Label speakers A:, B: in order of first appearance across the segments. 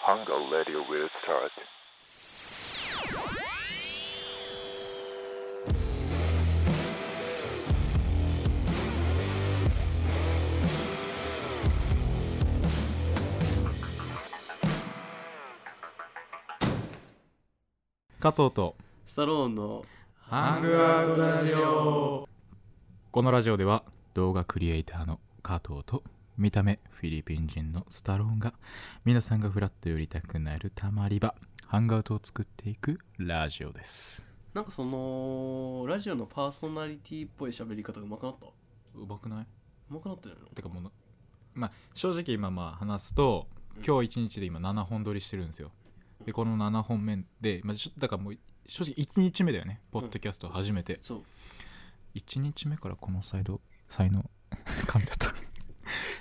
A: Hunger Radio will start.
B: 加藤と
C: スタローンの
B: ハングアウトラジオこのラジオでは動画クリエイターの加藤と見た目フィリピン人のスタローンが皆さんがフラッと寄りたくなるたまり場ハングアウトを作っていくラジオです
C: なんかそのラジオのパーソナリティっぽい喋り方うまくなったう
B: うまくない
C: まくなってないの
B: てかもうまあ正直今まあ話すと今日一日で今7本撮りしてるんですよでこの7本目で、まあ、ちょだからもう正直1日目だよねポッドキャスト初めて、
C: そう
B: 1日目からこの才能才能噛んじゃった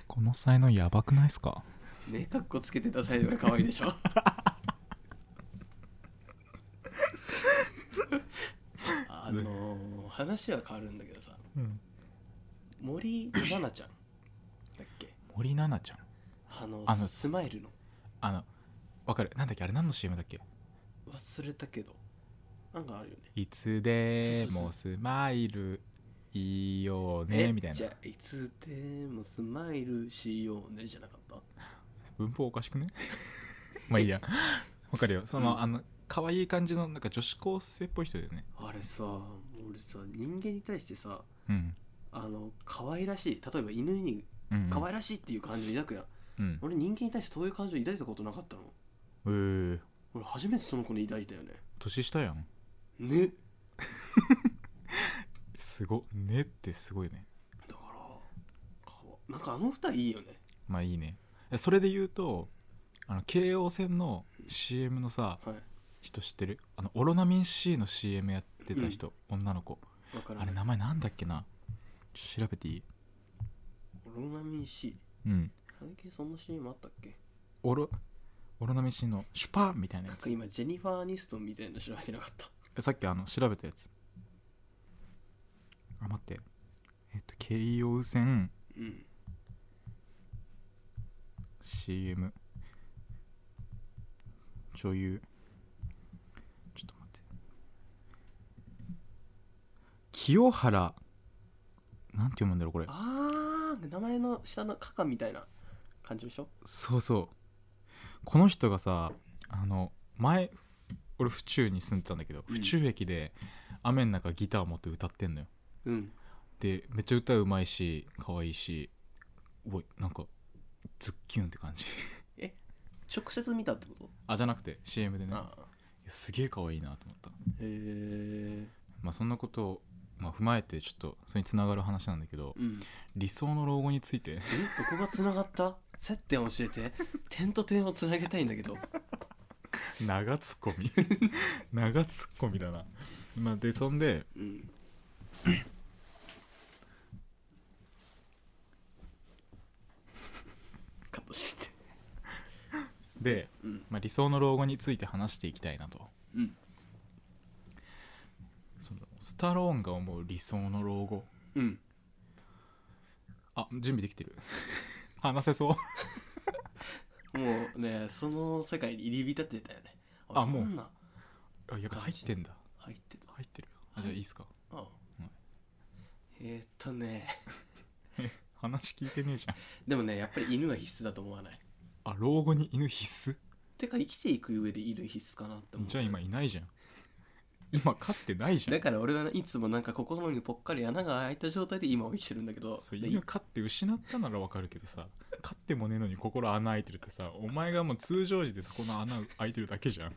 B: この才能やばくないっすか
C: ねかっこつけてたサイドが可愛いでしょあのー、話は変わるんだけどさ森まなちゃんだっけ
B: 森七菜ちゃん
C: あの
B: あの
C: スマイルの
B: あのわかるなんだっけあれ何の CM だっけ
C: 忘れたけどなんかあるよね
B: いつで
C: そうそうそ
B: も
C: う
B: スマイルいいよねみたいな
C: じゃあいつでもスマイルしようねじゃなかった
B: 文法おかしくね まあいいやわかるよその、
C: うん
B: あの可愛い感じのなんか女子高生っぽい人だよね
C: あれさ俺さ人間に対してさ
B: うん
C: あの可愛らしい例えば犬に
B: うん
C: 可
B: い
C: 愛らしいっていう感情抱くやん、
B: うん
C: 俺人間に対してそういう感情抱いたことなかったの
B: えー、
C: 俺初めてその子に抱いたよね
B: 年下やん
C: ね
B: すごねってすごいね
C: だからかわなんかあの二人いいよね
B: まあいいねそれで言うとあの京王線の CM のさ
C: はい
B: 人知ってるあのオロナミン C の CM やってた人、女の子
C: わから
B: あれ
C: な
B: 名前
C: い
B: なんだっけなちょっと調べていい
C: オロナミン C
B: うん
C: 最近そんな CM あったっけ
B: オロオロナミン C のシュパーみたいな
C: な
B: や
C: んか今ジェニファー・アニストンみたいなの調べてなかった
B: つさっきあの調べたやつあ待ってえっと京王線
C: うん
B: CM 女優ちょっと待って清原なんて読むんだろうこれ
C: あー名前の下のカカみたいな感じでしょ
B: そうそうこの人がさあの前俺府中に住んでたんだけど、
C: うん
B: 府中駅で雨の中ギター持って歌ってんのよ
C: うん
B: でめっちゃ歌うまいし可愛いしおいなんかズッキュンって感じ
C: 直接見たってこと、
B: あじゃなくて CM でね
C: あ
B: い
C: あ
B: やすげえ可愛いなと思った
C: へえ
B: まあ、そんなことを、まあ、踏まえてちょっとそれにつながる話なんだけど
C: うん
B: 理想の老後について
C: えどこが繋がった接点教えて点と点をつなげたいんだけど
B: 長ツッコミ 長ツッコミだな、まあ、でそんで
C: うんカットして
B: で、
C: うん
B: まあ、理想の老後について話していきたいなと
C: うん
B: そのスタローンが思う理想の老後
C: うん
B: あ準備できてる 話せそう
C: もうねその世界に入り浸ってたよね
B: あもう
C: どんな
B: あやばい入ってんだ
C: 入ってた
B: 入ってるあじゃあいいっすか
C: あ
B: うん
C: えーっとね
B: 話聞いてねえじゃん
C: でもねやっぱり犬は必須だと思わない
B: あ老後に犬必須
C: てか生きていく上で犬必須かなって思う
B: じゃあ今いないじゃ ん今飼ってないじゃ
C: だ
B: ん
C: から俺はいつもなんか心にぽっかり穴が開いた状態で今を生きてるんだけど
B: そう
C: で
B: 犬飼って失ったならわかるけどさ飼ってもねえのに心穴開いてるってさお前がもう通常時でそこの穴開いてるだけじゃん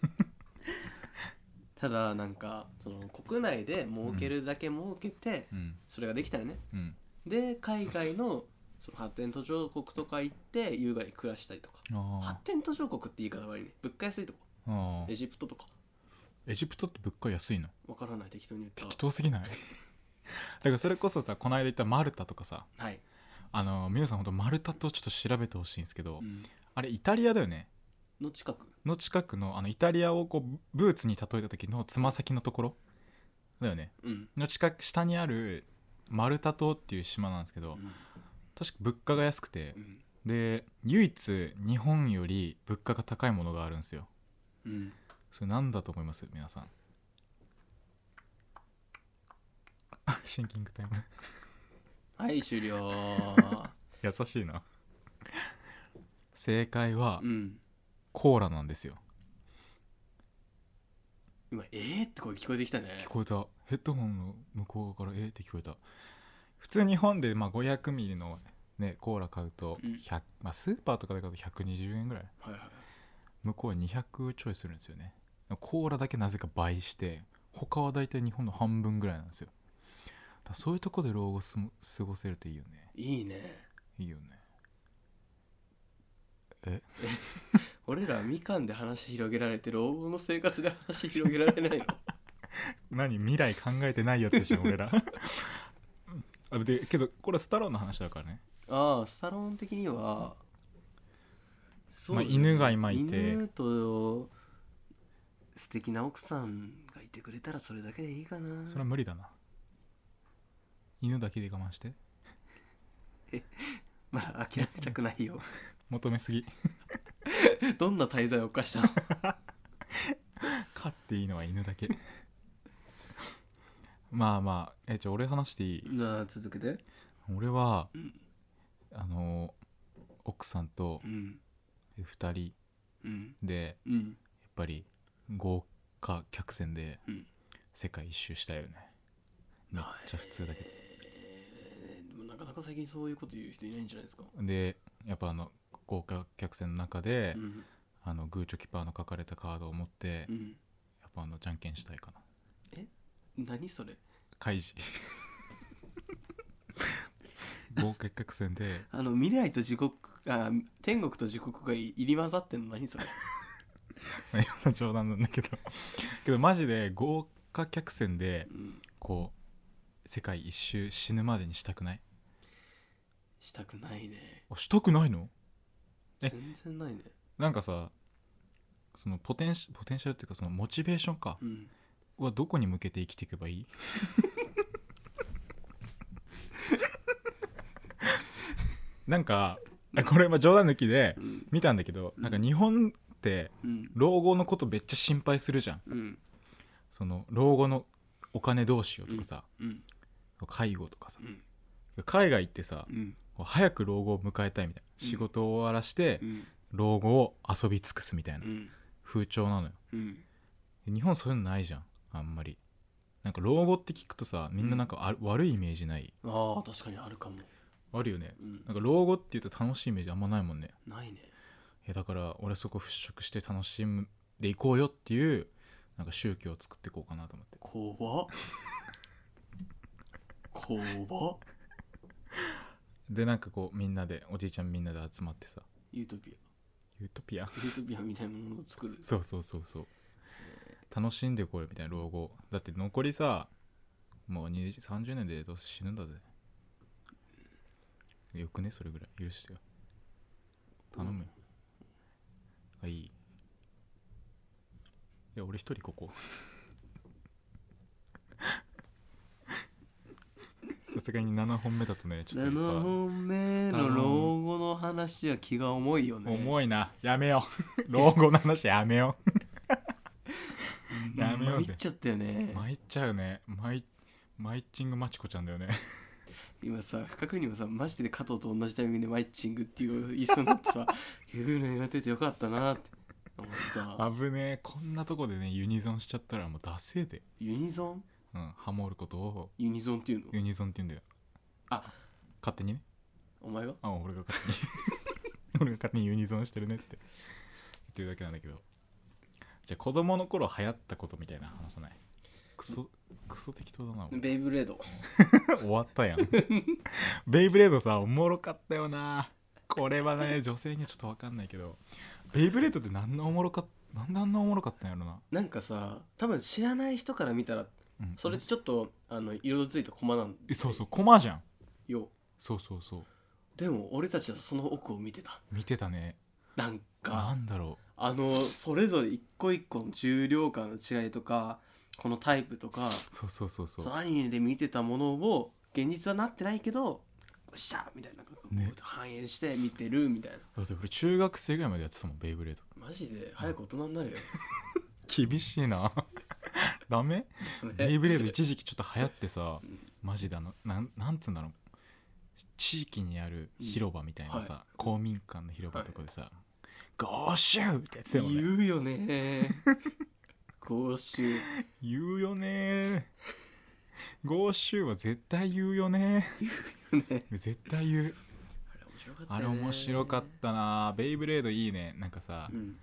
C: ただなんかその国内で儲けるだけ儲けて、
B: うん
C: それができたらね
B: うん
C: で海外の その発展途上国とか行って優雅に暮らしたりとか
B: あ
C: 発展途上国って言い方悪いね物価安いとこ
B: ーあー
C: エジプトとか
B: エジプトって物価安いの
C: わからない適当に言った
B: 適当すぎない だからそれこそさこの間言ったマルタとかさ
C: はい、
B: あの皆さんほんとマルタとちょっと調べてほしいんですけど、
C: うん
B: あれイタリアだよね
C: の近く
B: の近くのあのイタリアをこうブーツに例えた時のつま先のところだよね
C: うん、
B: の近く下にあるマルタ島っていう島なんですけど、
C: うん
B: 確か物価が安くて、
C: うん
B: で唯一日本より物価が高いものがあるんですよ
C: うん
B: それ何だと思います皆さんあシンキングタイム
C: はい終 了
B: 優しいな正解は
C: うん
B: コーラなんですよ
C: 今えーって声聞こえてきたね
B: 聞こえたヘッドホンの向こうからえーって聞こえた普通日本でまあ500ミリのねコーラ買うと
C: うん
B: 100、まあ、スーパーとかで買うと120円ぐらい
C: はいはい
B: 向こうは200ちょいするんですよねコーラだけなぜか倍して他は大体日本の半分ぐらいなんですよだからそういうとこで老後すも過ごせるといいよね
C: いいね
B: いいよね
C: 俺らみかんで話広げられて老後の生活で話広げら れないの
B: 何未来考えてないやつじゃん俺ら あでけどこれはスタローンの話だからね
C: ああスタローン的にはそうだよね
B: 犬が今いて
C: 犬と素敵な奥さんがいてくれたらそれだけでいいかな
B: それは無理だな犬だけで我慢して
C: まあ諦めたくないよ
B: 求めすぎ
C: どんな滞在を犯 したの
B: 飼っていいのは犬だけ まあまあえじゃあ俺話していい
C: なあ続けて
B: 俺は、
C: うん
B: あの奥さんと
C: うん
B: 2人
C: うん
B: で
C: うん
B: やっぱり豪華客船で
C: うん
B: 世界一周したよね、めっちゃ普通だけど
C: えーでもなかなか最近そういうこと言う人いないんじゃないですか
B: でやっぱあの豪華客船の中で、
C: うん
B: あのグーチョキパーの書かれたカードを持って、
C: う
B: や
C: ん
B: っぱあのじゃんけんしたいかな
C: 何それ
B: 開示豪華客船で
C: あの未来と地獄あ天国と地獄が入り混ざってんの何それ
B: まあいろんな冗談なんだけどけどマジで豪華客船で
C: うん
B: こう世界一周死ぬまでにしたくない
C: したくないね
B: あしたくないのえ
C: 全然ないね
B: なんかさそのポテンシポテンシャルっていうかそのモチベーションか
C: うん
B: はどこに向けて生きていけばいいなんかあこれまあ冗談抜きで
C: うん
B: 見たんだけどなんか日本って
C: うん
B: 老後のことめっちゃ心配するじゃん
C: うん
B: その老後のお金どうしようとかさ、
C: うん
B: 介護とかさ
C: うん
B: 海外行ってさ
C: うん
B: 早く老後を迎えたいみたいな
C: うん
B: 仕事を終わらして
C: うん
B: 老後を遊び尽くすみたいな
C: うん
B: 風潮なのよ
C: うん
B: 日本そういうのないじゃんあんまりなんか老後って聞くとさみんななんかあ悪いイメージない
C: ああ確かにあるかも、
B: あるよね
C: うん
B: なんか老後って言うと楽しいイメージあんまないもんね
C: ないね
B: いやだから俺そこ払拭して楽しんでいこうよっていうなんか宗教を作っていこうかなと思って
C: 怖っ怖っ
B: でなんかこうみんなでおじいちゃんみんなで集まってさ
C: ユートピ
B: ユートピア
C: アユートピアみたいなものを作る
B: そうそうそうそう楽しんでこいよみたいな老後だって残りさもう20 30年でどうせ死ぬんだぜよくねそれぐらい許してよ頼むよ、あいいいや俺一人こ こさすがに7本目だとねちょっとやっぱ
C: 7本目の老後の話は気が重いよね
B: 重いなやめよう老後の話やめよう
C: うん
B: やめよう
C: 参
B: ぜ
C: っちゃったよね
B: 参っちゃうねマイマイチングマチコちゃんだよね
C: 今さ深くにもさマジで加藤と同じタイミングでマイチングっていう言いそうになっ てさ言うのやっててよかったなって思った
B: 危ねえこんなとこでねユニゾンしちゃったらもうダセえで、
C: ユニゾン
B: うん、ハモることを
C: ユニゾンっていうの
B: ユニゾンって言うんだよ
C: あ
B: 勝手にね
C: お前が
B: あ俺が勝手に 俺が勝手にユニゾンしてるねって言ってるだけなんだけどじゃあ子供の頃流行ったことみたいな話さないクソクソ適当だな俺
C: ベイブレード
B: 終わったやんベイブレードさおもろかったよなこれはね女性にはちょっと分かんないけどベイブレードって何のおもろかっなんであんなおもろかったんやろな、
C: なんかさ多分知らない人から見たら
B: うん
C: それってちょっとあの色づいたコマなん
B: えそうそうコマじゃん
C: よ
B: そうそうそう
C: でも俺たちはその奥を見てた
B: 見てたね
C: なん
B: な
C: か
B: んだろ
C: あのそれぞれ一個一個の重量感の違いとかこのタイプとか
B: うそうそうそうそ
C: そうのアニメで見てたものを現実はなってないけどっしゃみたいななんかこう
B: ね
C: 反映して見てるみたいな
B: だって俺中学生ぐらいまでやってたもんベイブレード
C: マジで早く大人になれ よ
B: 厳しいな ダメベイブレード一時期ちょっと流行ってさマジだのなんなんつうんだろう地域にある広場みたいなさ、
C: うんは
B: 公民館の広場とかでさ「ゴーシュー!」ってやつだよね
C: 言うよね公衆
B: 言うよね ーゴーシューは絶対言うよね
C: ねあれ
B: 絶対言う
C: 面白かった
B: あれ
C: よね
B: 面白かったなベイブレードいいねなんかさ、
C: うん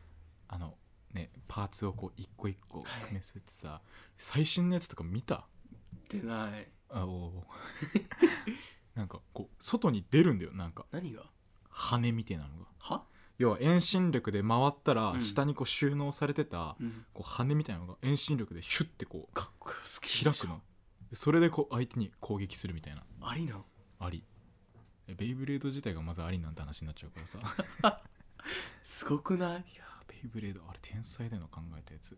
B: あのねパーツをこう一個一個組み立ててさ、最新のやつとか見た
C: ってない
B: あおうおう なんかこう外に出るんだよなんか
C: 何が
B: 羽みてえなのが
C: は、
B: 要は遠心力で回ったら
C: うん
B: 下にこう収納されてた、
C: うん、
B: こう羽みたいなのが遠心力でシュッてこう
C: かっこよすぎる
B: 開くのでそれでこう相手に攻撃するみたいな
C: ありな
B: ありえベイブレード自体がまずありなんて話になっちゃうからさ いや
C: すごくない
B: ーベイブレードあれ天才だよな考えたやつ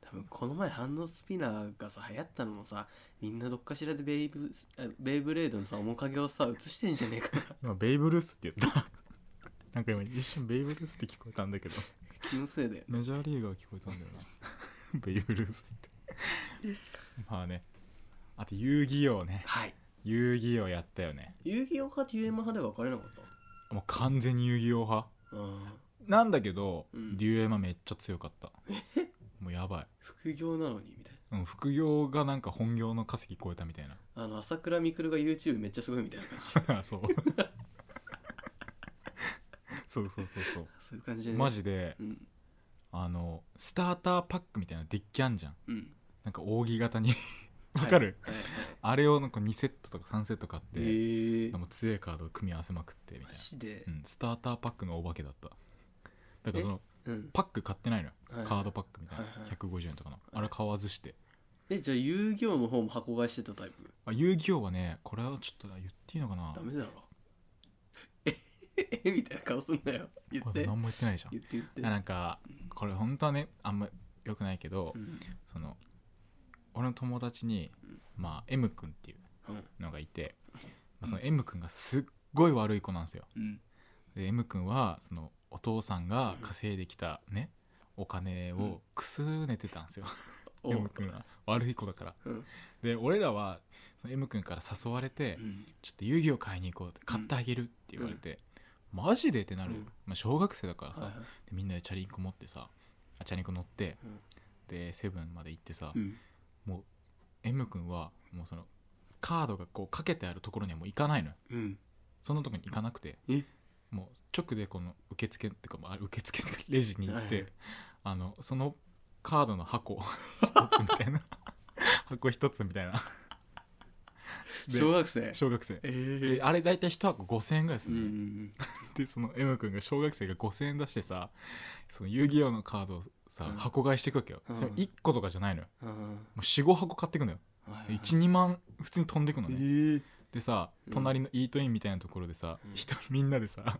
C: 多分この前ハンドスピナーがさ流行ったのもさみんなどっかしらでベイブあベイブレードのさ面影をさ映してんじゃねえかな
B: 今ベイブルースって言った なんか今一瞬ベイブルースって聞こえたんだけど
C: 気のせいだよ
B: メジャーリーガー聞こえたんだよな ベイブルースってまあねあと遊戯王ね
C: はい
B: 遊戯王やったよね
C: 遊戯王派と UM 派で分かれなかった
B: もう完全に遊戯王派
C: あ
B: なんだけど、
C: うん
B: デュエマめっちゃ強かったもうやばい、
C: 副業なのにみたい
B: うん、副業がなんか本業の稼ぎ超えたみたい
C: なあの朝倉未来が YouTube めっちゃすごいみたいな感じ
B: な そうそうそうそうそ
C: そういう感じで、
B: う
C: ね、
B: マジで
C: うん
B: あのスターターパックみたいなデッキあんじゃん
C: うん
B: なんか扇形にわかる、
C: はいはいはい
B: あれをなんか2セットとか3セット買っ
C: え
B: て、
C: ー、
B: でも強いカードを組み合わせまくってみたい
C: マジで
B: な、うん、スターターパックのお化けだっただからその
C: うん
B: パック買ってないのよ、
C: はいはい
B: カードパックみたいな、
C: はいはい
B: 150円とかの、あれ買わずして
C: えじゃあ遊戯王の方も箱買いしてたタイプ
B: あ遊戯王はねこれはちょっと言っていいのかな
C: ダメだろええみたいな顔すんなよ言っ
B: こ
C: て
B: れ何も言ってないじゃん
C: 言って言って
B: あなんかこれ本当はねあんま良くないけど、
C: うん
B: その俺の友達に、まあ M 君っていう
C: うん
B: のがいて、まあ、その M 君がすっごい悪い子なんですよ
C: うん
B: で M 君はそのお父さんが稼いできたねお金
C: うん
B: をくすねてたんですよ、
C: お
B: M 君は悪い子だから
C: うん
B: で俺らはその M 君から誘われて、
C: うん
B: ちょっと遊戯を買いに行こうって買ってあげるって言われて、マジでってなる、
C: うん
B: まあ、小学生だからさ、
C: はいはい
B: でみんなでチャリンコ持ってさあチャリンコ乗って、
C: うん
B: でセブンまで行ってさ、
C: うん
B: もう M 君はもうそのカードがこうかけてあるところにはもう行かないのよ
C: うん
B: そんなとこに行かなくて
C: え
B: もう直でこの受付っていうか、まあ、受付っていうかレジに行って、
C: はいはい
B: あのそのカードの箱一つみたい な箱一つみたいなで
C: 小学生
B: 小学生
C: え
B: で
C: ー
B: あれ大体一箱5000円ぐらいす
C: う
B: る
C: ん
B: のよ、
C: うん
B: でその M 君が小学生が5,000円出してさその遊戯王のカードをさ、
C: うん
B: 箱買いしていくわけよ、
C: うん
B: それ1個とかじゃないのよ
C: うんうん
B: もう45箱買っていくのよ、
C: はいはい
B: 12万普通に飛んでいくの
C: え
B: ね、
C: ー
B: でさ
C: うん
B: 隣のイートインみたいなところでさ、
C: うん
B: 人みんなでさ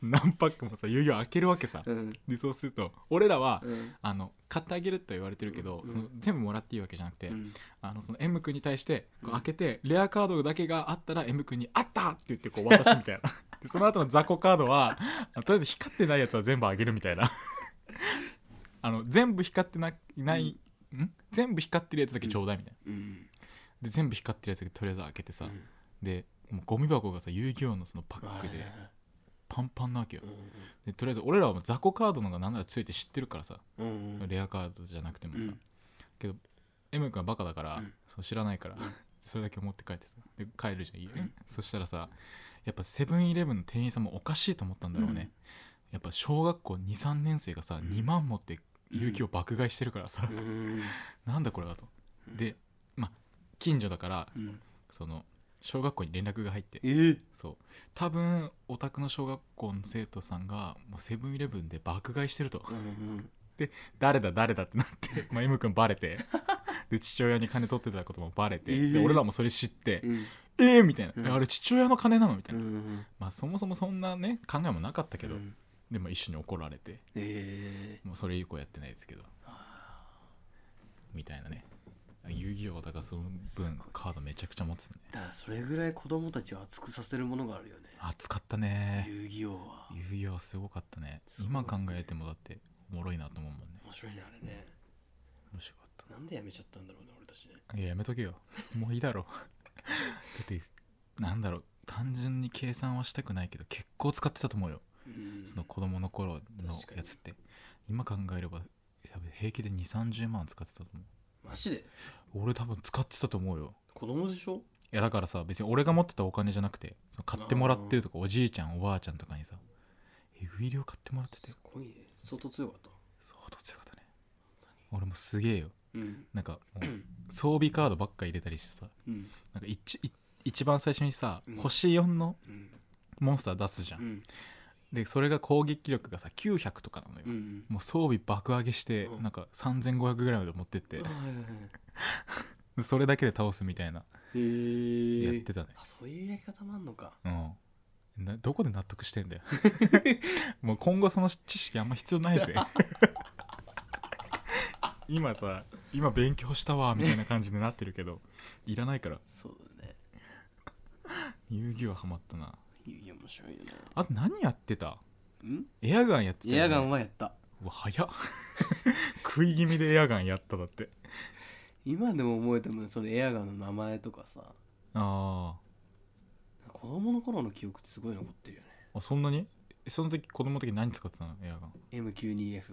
B: 何パックもさ遊戯王開けるわけさ、
C: うん
B: でそうすると俺らは、
C: うん
B: あの買ってあげるとは言われてるけど、
C: うん
B: その全部もらっていいわけじゃなくて、
C: うん
B: あのその M 君に対してこ
C: う
B: うん開けて、レアカードだけがあったら M 君に「あった!」って言ってこう渡すみたいな でその後の雑魚カードはあとりあえず光ってないやつは全部あげるみたいな あの全部光ってなない、ん全部光ってるやつだけちょうだいみたいな、
C: うん
B: で全部光ってるやつだけとりあえず開けてさ、
C: うん
B: でもうゴミ箱がさ遊戯王のそのパッ
C: は
B: ク
C: い
B: で
C: はいはい
B: パンパンなわけよ
C: うん
B: でとりあえず俺らはもう雑魚カードの方が何なら強いって知ってるからさ、
C: うんうん
B: レアカードじゃなくても
C: う
B: さ、
C: ん
B: M 君はバカだから、
C: うん
B: そう知らないから、それだけ持って帰ってさで帰るじゃん家、
C: うん
B: そしたらさやっぱセブンイレブンの店員さんもおかしいと思ったんだろうね、やっぱ小学校23年生がさ、
C: うん
B: 2万持って勇気を爆買いしてるからさ、
C: うん
B: なんだこれはと、
C: うん
B: でまあ近所だから
C: うん
B: その小学校に連絡が入って、
C: えー
B: そう多分お宅の小学校の生徒さんがもうセブンイレブンで爆買いしてると
C: うんうん
B: 誰だ誰だってなって、 まあ、M 君バレて で父親に金取ってたこともバレて、
C: えー
B: で俺らもそれ知って
C: うん
B: 「えー!」みたいな、
C: うん
B: えあれ父親の金なの?」みた
C: う
B: い
C: ん
B: な、
C: うん
B: まあそもそもそんなね考えもなかったけど、
C: うん
B: でも一緒に怒られて
C: えー
B: もうそれ以降やってないですけどみたいなね遊戯王はだからその
C: すごい
B: 分カードめちゃくちゃ持ってたね
C: だからそれぐらい子供たちを熱くさせるものがあるよね
B: 熱かったね
C: 遊戯王は
B: 遊戯王はすごかったね
C: すごい
B: 今考えてもだっておもろいなと思うもんね
C: 面白いねあれね
B: 面白かった
C: なんでやめちゃったんだろうね俺たちね
B: いややめとけよ もういいだろだってなんだろう単純に計算はしたくないけど結構使ってたと思うよ、
C: うん
B: その子供の頃のやつって今考えれば多分平気で2 3 0万使ってたと思
C: マジで
B: う俺多分使ってたと思うよ
C: 子供でしょ
B: いやだからさ別に俺が持ってたお金じゃなくてその買ってもらってるとかおじいちゃんおばあちゃんとかにさえぐい量買ってもらってて
C: すごいね相当強かった
B: 相当強かったね俺もすげえよ
C: うん
B: なんかもう装備カードばっか入れたりしてさ
C: うん
B: なんか一一一番最初にさ、
C: うん
B: 星4の
C: うん
B: モンスター出すじゃん、
C: うん
B: でそれが攻撃力がさ900とかなのよ、
C: うん
B: もう装備爆上げして、
C: うん
B: なんか3500ぐらいまで持ってって、でそれだけで倒すみたいな
C: へえ
B: やってたね、
C: あそういうやり方もあんのか
B: うんなどこで納得して んだよもう今後その知識あんま必要ない ぜ今さ今勉強したわみたいな感じになってるけどいらないから
C: そうだね
B: 遊戯王ハマったない
C: やいや面白いよね
B: あと何やってた
C: ん
B: エアガンやってたよね
C: エアガンはやった
B: うわ早っ 食い気味でエアガンやっただって
C: 今でも思えてもそのエアガンの名前とかさ
B: あ
C: 子供の頃の記憶ってすごい残ってるよね
B: ーあそんなにえその時子供の時何使ってたのエアガン
C: M92F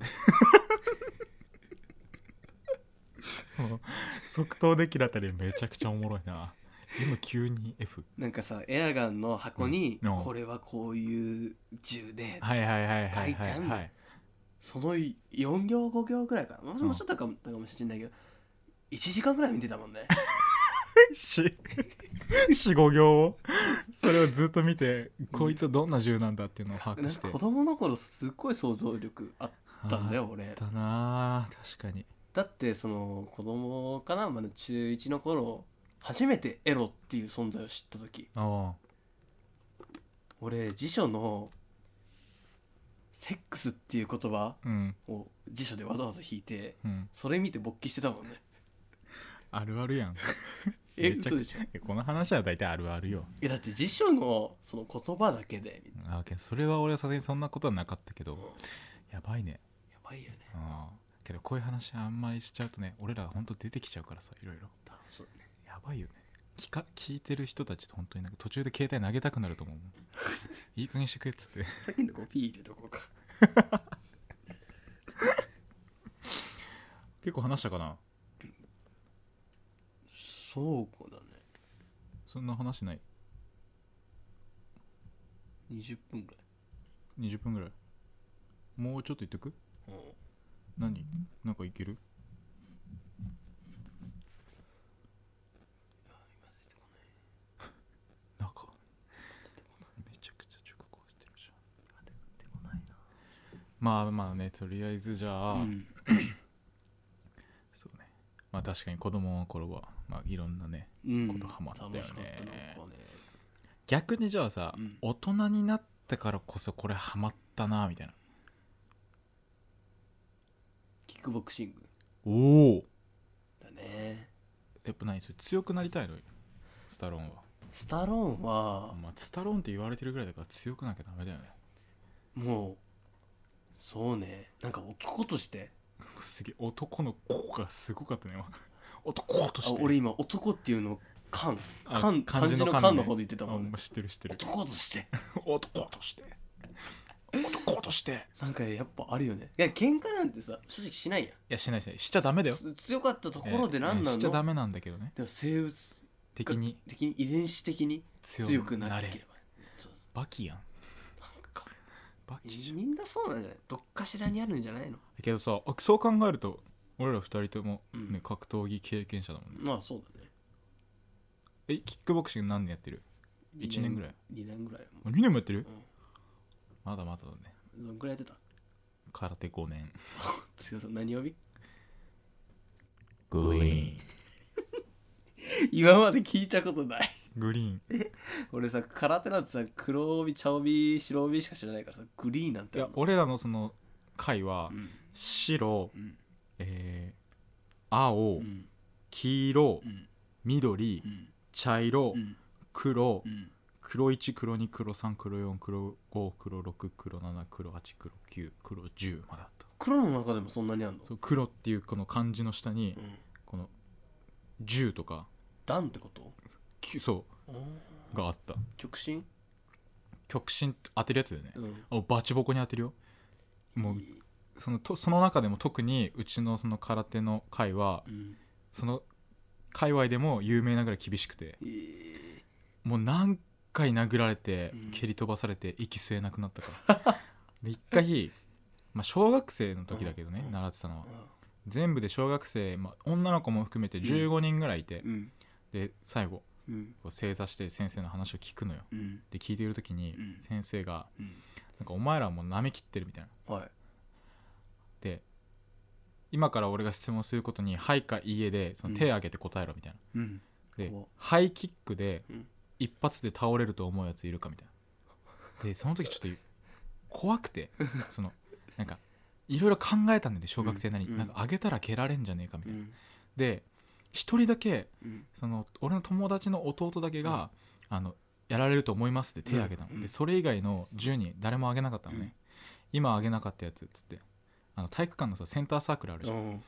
B: その即答できるあたりめちゃくちゃおもろいな M92F
C: なんかさエアガンの箱に、
B: うんうん
C: これはこういう銃で、
B: はいはいはいはい
C: 書いて
B: は
C: あ
B: い
C: ん
B: は
C: の
B: い
C: その4行5行くらいかなもう
B: うん
C: もうちょっとかも,、かもしれないけど1時間ぐらい見てたも んね
B: 45行をそれをずっと見てこいつはどんな銃なんだっていうのを把
C: な
B: 握
C: ん
B: して
C: か子供の頃すっごい想像力あっ
B: あ
C: たんだ
B: ー
C: よ
B: あ
C: 俺
B: ったなー確かに
C: だってその子供かなまだ中1の頃初めてエロっていう存在を知った時
B: あ
C: 俺辞書の「セックス」っていう言葉
B: あうん
C: を辞書でわざわざ引いて
B: うん
C: それ見て勃起してたもんね
B: あるあるやん
C: え
B: めちゃ
C: 嘘
B: く
C: でしょ
B: この話は大体あるあるよ
C: えだって辞書のその言葉だけでみたい
B: あけどそれは俺はさすがにそんなことはなかったけどやばいね
C: なやばいよね
B: うんけどこういう話あんまりしちゃうとね俺らほんと出てきちゃうからさいろいろ
C: 楽しそうね
B: やばいよね聞か聞いてる人たちって本当になんか途中で携帯投げたくなると思うもん いい加減してくれっつって
C: さっきのコピー入れとこうか
B: 結構話したかな
C: そうかだね
B: そんな話ない
C: 20分ぐ
B: 20分ぐらいもうちょっと言っとく
C: らい、うん、
B: 何なんかいける
C: 今出てこない
B: なんか
C: 出てこない
B: めちゃくちゃ直行してるじゃん
C: 出てこないな
B: まあまあねとりあえずじゃあ、
C: うん
B: そうねまあ確かに子供の頃はまあいろんなね
C: うん
B: ことハマったよね
C: 楽しかったなんかね
B: 逆にじゃあさ、
C: うん
B: 大人になってからこそこれハマったなみたいな
C: キックボクシング
B: おお
C: だね
B: やっぱ何それ強くなりたいのスタローンは、
C: スタローンは
B: まあ、スタローンって言われてるぐらいだから強くなきゃダメだよね
C: もうそうねなんか男として
B: すげえ男の子がすごかったね今 男と
C: あ
B: して
C: 俺今男っていうのを漢
B: あ
C: 漢漢字の漢の方で言ってた
B: あ
C: もんね
B: まあ知ってる知ってる
C: 男として
B: 男として男としてい
C: なんかやっぱあるよねいや喧嘩なんてさ正直しないやん
B: やしないしないしちゃダメだよ
C: つ強かったところで何
B: えー
C: な
B: しちゃダ
C: の
B: メなんだけどね
C: でも生物
B: 敵に
C: 的に遺伝子的に強
B: 強
C: く
B: く
C: な
B: な
C: け
B: れ
C: ればそう
B: バキやん
C: なんか
B: バキじゃん
C: みんなそうなんじゃないどっかしらにあるんじゃないの
B: けどさあそう考えると俺ら二人とも、ね
C: うん
B: 格闘技経験者だもんね
C: まあそうだね
B: えキックボクシング何年やってる一年ぐらい
C: 2年ぐらいはもう
B: 2年もやってる
C: うん
B: まだまだだね
C: どんくらいやってた
B: 空手5年
C: 強さ何曜日
B: グリーン
C: 今まで聞いたことない
B: グリーン
C: 俺さ空手なんてさ黒帯茶帯白帯しか知らないからさグリーンなん
B: い
C: てあ
B: や
C: るの
B: 俺らのその回は
C: うん
B: 白
C: うん
B: えー
C: う
B: 青
C: ん
B: 黄色
C: ん
B: 緑
C: うん
B: 茶色
C: うん
B: 黒
C: うん
B: 黒1黒2黒3黒4黒5黒6黒7黒8黒9黒10まであった
C: 黒の中でもそんなにあんの
B: そう黒っていうこの漢字の下に
C: うん
B: この10とか
C: 段ってこと
B: きそ
C: あー
B: うがあった
C: 極真
B: 極真って当てるやつだよね
C: うん
B: あバチボコに当てるよもうそのとその中でも特にうちのその空手の会は
C: うん
B: その界隈でも有名なぐらい厳しくて
C: えー
B: もう何回殴られて
C: うん
B: 蹴り飛ばされて息吸えなくなったから で一回、まあ、小学生の時だけどね
C: うん
B: 習ってたのは全部で小学生、まあ、女の子も含めて
C: ん
B: 15人ぐらいいて、
C: うん
B: で最後
C: うん
B: こう正座して先生の話を聞くのよ
C: うん
B: で聞いている時に
C: うん
B: 先生が
C: うん
B: 「なんかお前らもう舐めきってる」みたいな
C: はい
B: で今から俺が質問することに「はい」か「いいえ」でその手を挙げて答えろみたいな、
C: うん
B: で
C: 怖っ
B: ハイキックで
C: うん
B: 一発で倒れると思うやついるかみたいなでその時ちょっと怖くてそのなんかいろいろ考えたんだよね小学生なりに、
C: うん
B: なんかあげたら蹴られんじゃねえかみた
C: う
B: いな、
C: ん
B: で一人だけ
C: うん
B: その俺の友達の弟だけが、あのやられると思いますって手を挙げたの、
C: うんうん
B: でそれ以外の10人誰も挙げなかったのね、
C: うん
B: 今挙げなかったやつっつってあの体育館のさセンターサークルあるじゃん、
C: うん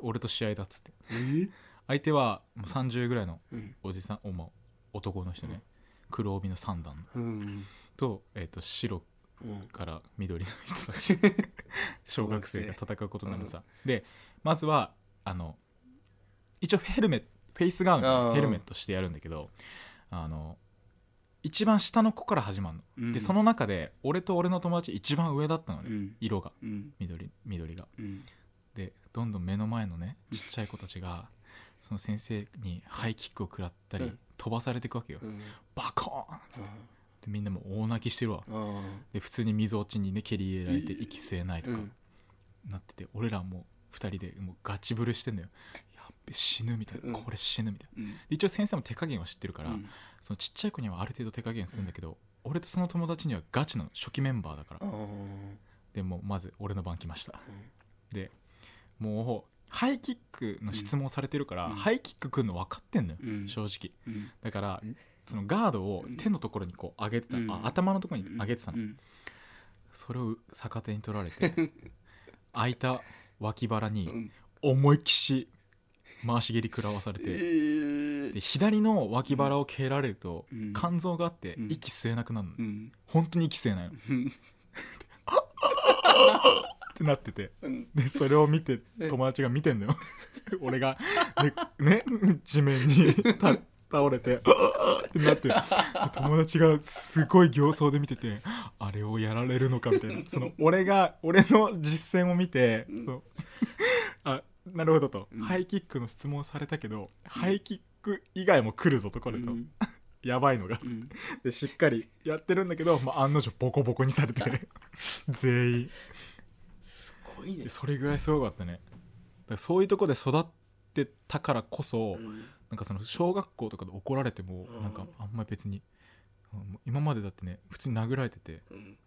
B: 俺と試合だっつって
C: え
B: 相手はもう30ぐらいの
C: うん
B: おじさんおまあ男の人ね、黒帯の3段
C: うん
B: と,、えー、と白
C: うん
B: から緑の人た ち小学生が戦うことになるのさ、でまずはあの一応ヘルメットフェイスガー
C: あ
B: ド
C: ー
B: ヘルメットしてやるんだけどあの一番下の子から始まるの、
C: うん
B: でその中で俺と俺の友達一番上だったのね、
C: うん
B: 色が
C: うん
B: 緑緑が
C: うん
B: でどんどん目の前のねちっちゃい子たちがその先生にハイキックを食らったり、
C: うん
B: 飛ばされていくわけよ、
C: うん
B: バコーンっつってでみんなもう大泣きしてるわ
C: あ
B: で普通に水落ちにね蹴り入れられて
C: えー
B: 息吸えない
C: ーう
B: とか
C: ん
B: なってて、俺らもう2人でもうガチブルしてんだよやっべ死ぬみたいな、
C: うん
B: これ死ぬみたいな
C: うん
B: で一応先生も手加減は知ってるから、
C: うん
B: そのちっちゃい子にはある程度手加減するんだけど、俺とその友達にはガチなの初期メンバーだから、
C: あー
B: でもうまず俺の番来ましたでもうハイキックの質問されてるから、
C: うん
B: ハイキックくんの分かってんのよ、
C: うん
B: 正直
C: うん
B: だからそのガードを手のところにこう上げてた、
C: うん
B: あ頭のところに上げてたの、
C: うん
B: それを逆手に取られて空いた脇腹
C: う
B: に
C: ん
B: 思いっきし回し蹴り食らわされ
C: え
B: て
C: ー
B: で左の脇腹を蹴られると
C: うん
B: 肝臓があって
C: うん
B: 息吸えなくなるの、
C: うん
B: 本当に息吸えないのっ
C: うん
B: てなってて
C: うん
B: でそれを見て
C: え
B: 友達が見てんのよ 俺がねね地面にた倒れてってなって友達がすごい形相で見ててあれをやられるのかみたいなその俺が俺の実践を見て、
C: うん
B: そのあなるほどと、
C: うん
B: ハイキックの質問されたけど、ハイキック以外も来るぞとこれと、やばいのが、
C: うん
B: でしっかりやってるんだけど、まあ、案の定ボコボコにされて 全員。
C: すごいね
B: でそれぐらいすごかったねだからそういうとこで育ってたからこそ、
C: うん
B: なんかその小学校とかで怒られても、
C: うん
B: なんかあんまり別に、うん今までだってね普通に殴られてて
C: うん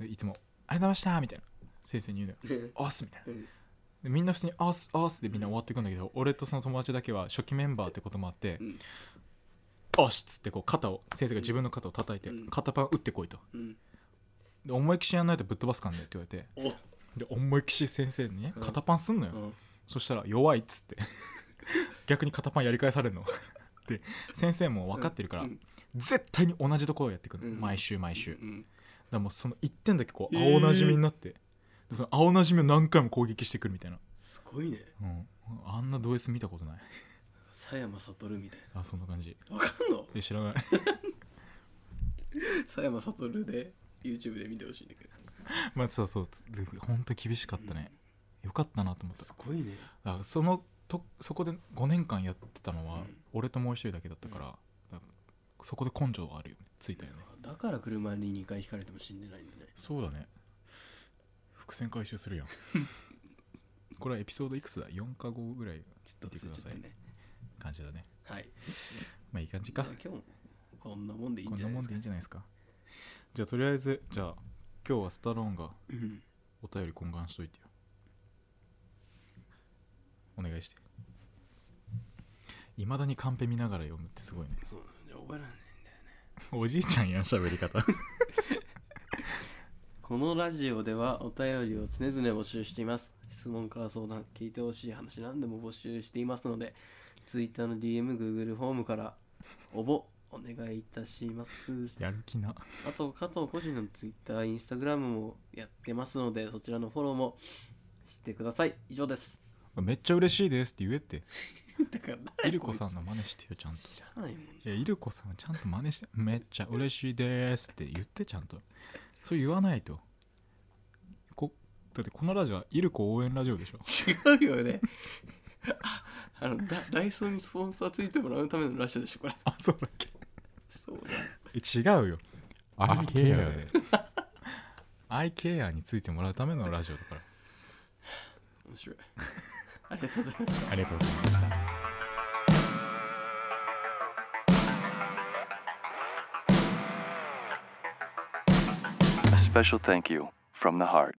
B: でいつも「ありがとうございました」みたいな先生に言うのよ
C: ね
B: 「あっす」みたいな
C: うん
B: でみんな普通に「あっすあっす」でみんな終わっていくんだけど、俺とその友達だけは初期メンバーってこともあって
C: うん
B: 「あっし」っつってこう肩を先生が自分の肩を叩いて「
C: うん
B: 肩パン打ってこい」と
C: うん
B: 「で思いっきしやんないとぶっ飛ばすからね」って言われて
C: お
B: で思いっきし先生にね
C: うん
B: 肩パンすんのよ、
C: うん
B: そしたら弱いっつって 逆に肩パンやり返されるの で先生も分かってるから、
C: うん
B: 絶対に同じところをやってくる、
C: うん
B: 毎週毎週、
C: う
B: だか
C: ん
B: らもうその1点だけこう
C: えー
B: 青なじみになって、でその青なじみを何回も攻撃してくるみたいな、
C: すごいね
B: うん、あんなド S 見たことない
C: 佐山悟みたい
B: あそんな感じ
C: なわかんの
B: で知らない
C: 佐山悟で YouTube で見てほしいんだけど
B: まあそうそうで本当に厳しかったね、よかったなと思った
C: すごいね
B: だからそのとそこで5年間やってたのは、
C: うん
B: 俺ともう一人だけだったから,、だからそこで根性があるよねついたよね
C: だから車に2回引かれても死んでないんだね
B: そうだね伏線回収する やんこれはエピソードいくつだ4か5ぐらい
C: ちょっと忘れちゃったね
B: 感じだね
C: はい
B: まあいい感じか
C: じゃあ今日もこんなもんでいいん
B: こん
C: じ
B: な
C: ゃない
B: もんでい
C: ですか
B: いんじゃないですかじゃあとりあえずじゃあ今日はスタローンが
C: うん
B: お便り懇願しといてよお願いしていまだにカンペ見ながら読むってすごいね
C: そうなんだよ覚えらんない
B: おじいちゃんやん喋り 方
C: このラジオではお便りを常々募集しています質問から相談聞いてほしい話何でも募集していますので Twitter の DMGoogle フォームから応募お願いいたします
B: やる気な
C: あと加藤個人の Twitter、Instagram もやってますのでそちらのフォローもしてください以上です
B: めっちゃ嬉しいですって言えって
C: だから
B: いるこさんの真似してよちゃんと
C: ないもん
B: いやいるこさんちゃんと真似してめっちゃ嬉しいですって言ってちゃんとそう言わないとこだってこのラジオはいるこ応援ラジオでしょ
C: 違うよね ああのだダイソーにスポンサーついてもらうためのラジオでしょこれ
B: あそうだっけ
C: そうだ
B: え違うよアイケアでアイケアについてもらうためのラジオだから
C: 面白いありがとうございました
B: ありがとうございました
D: A special thank you from the heart.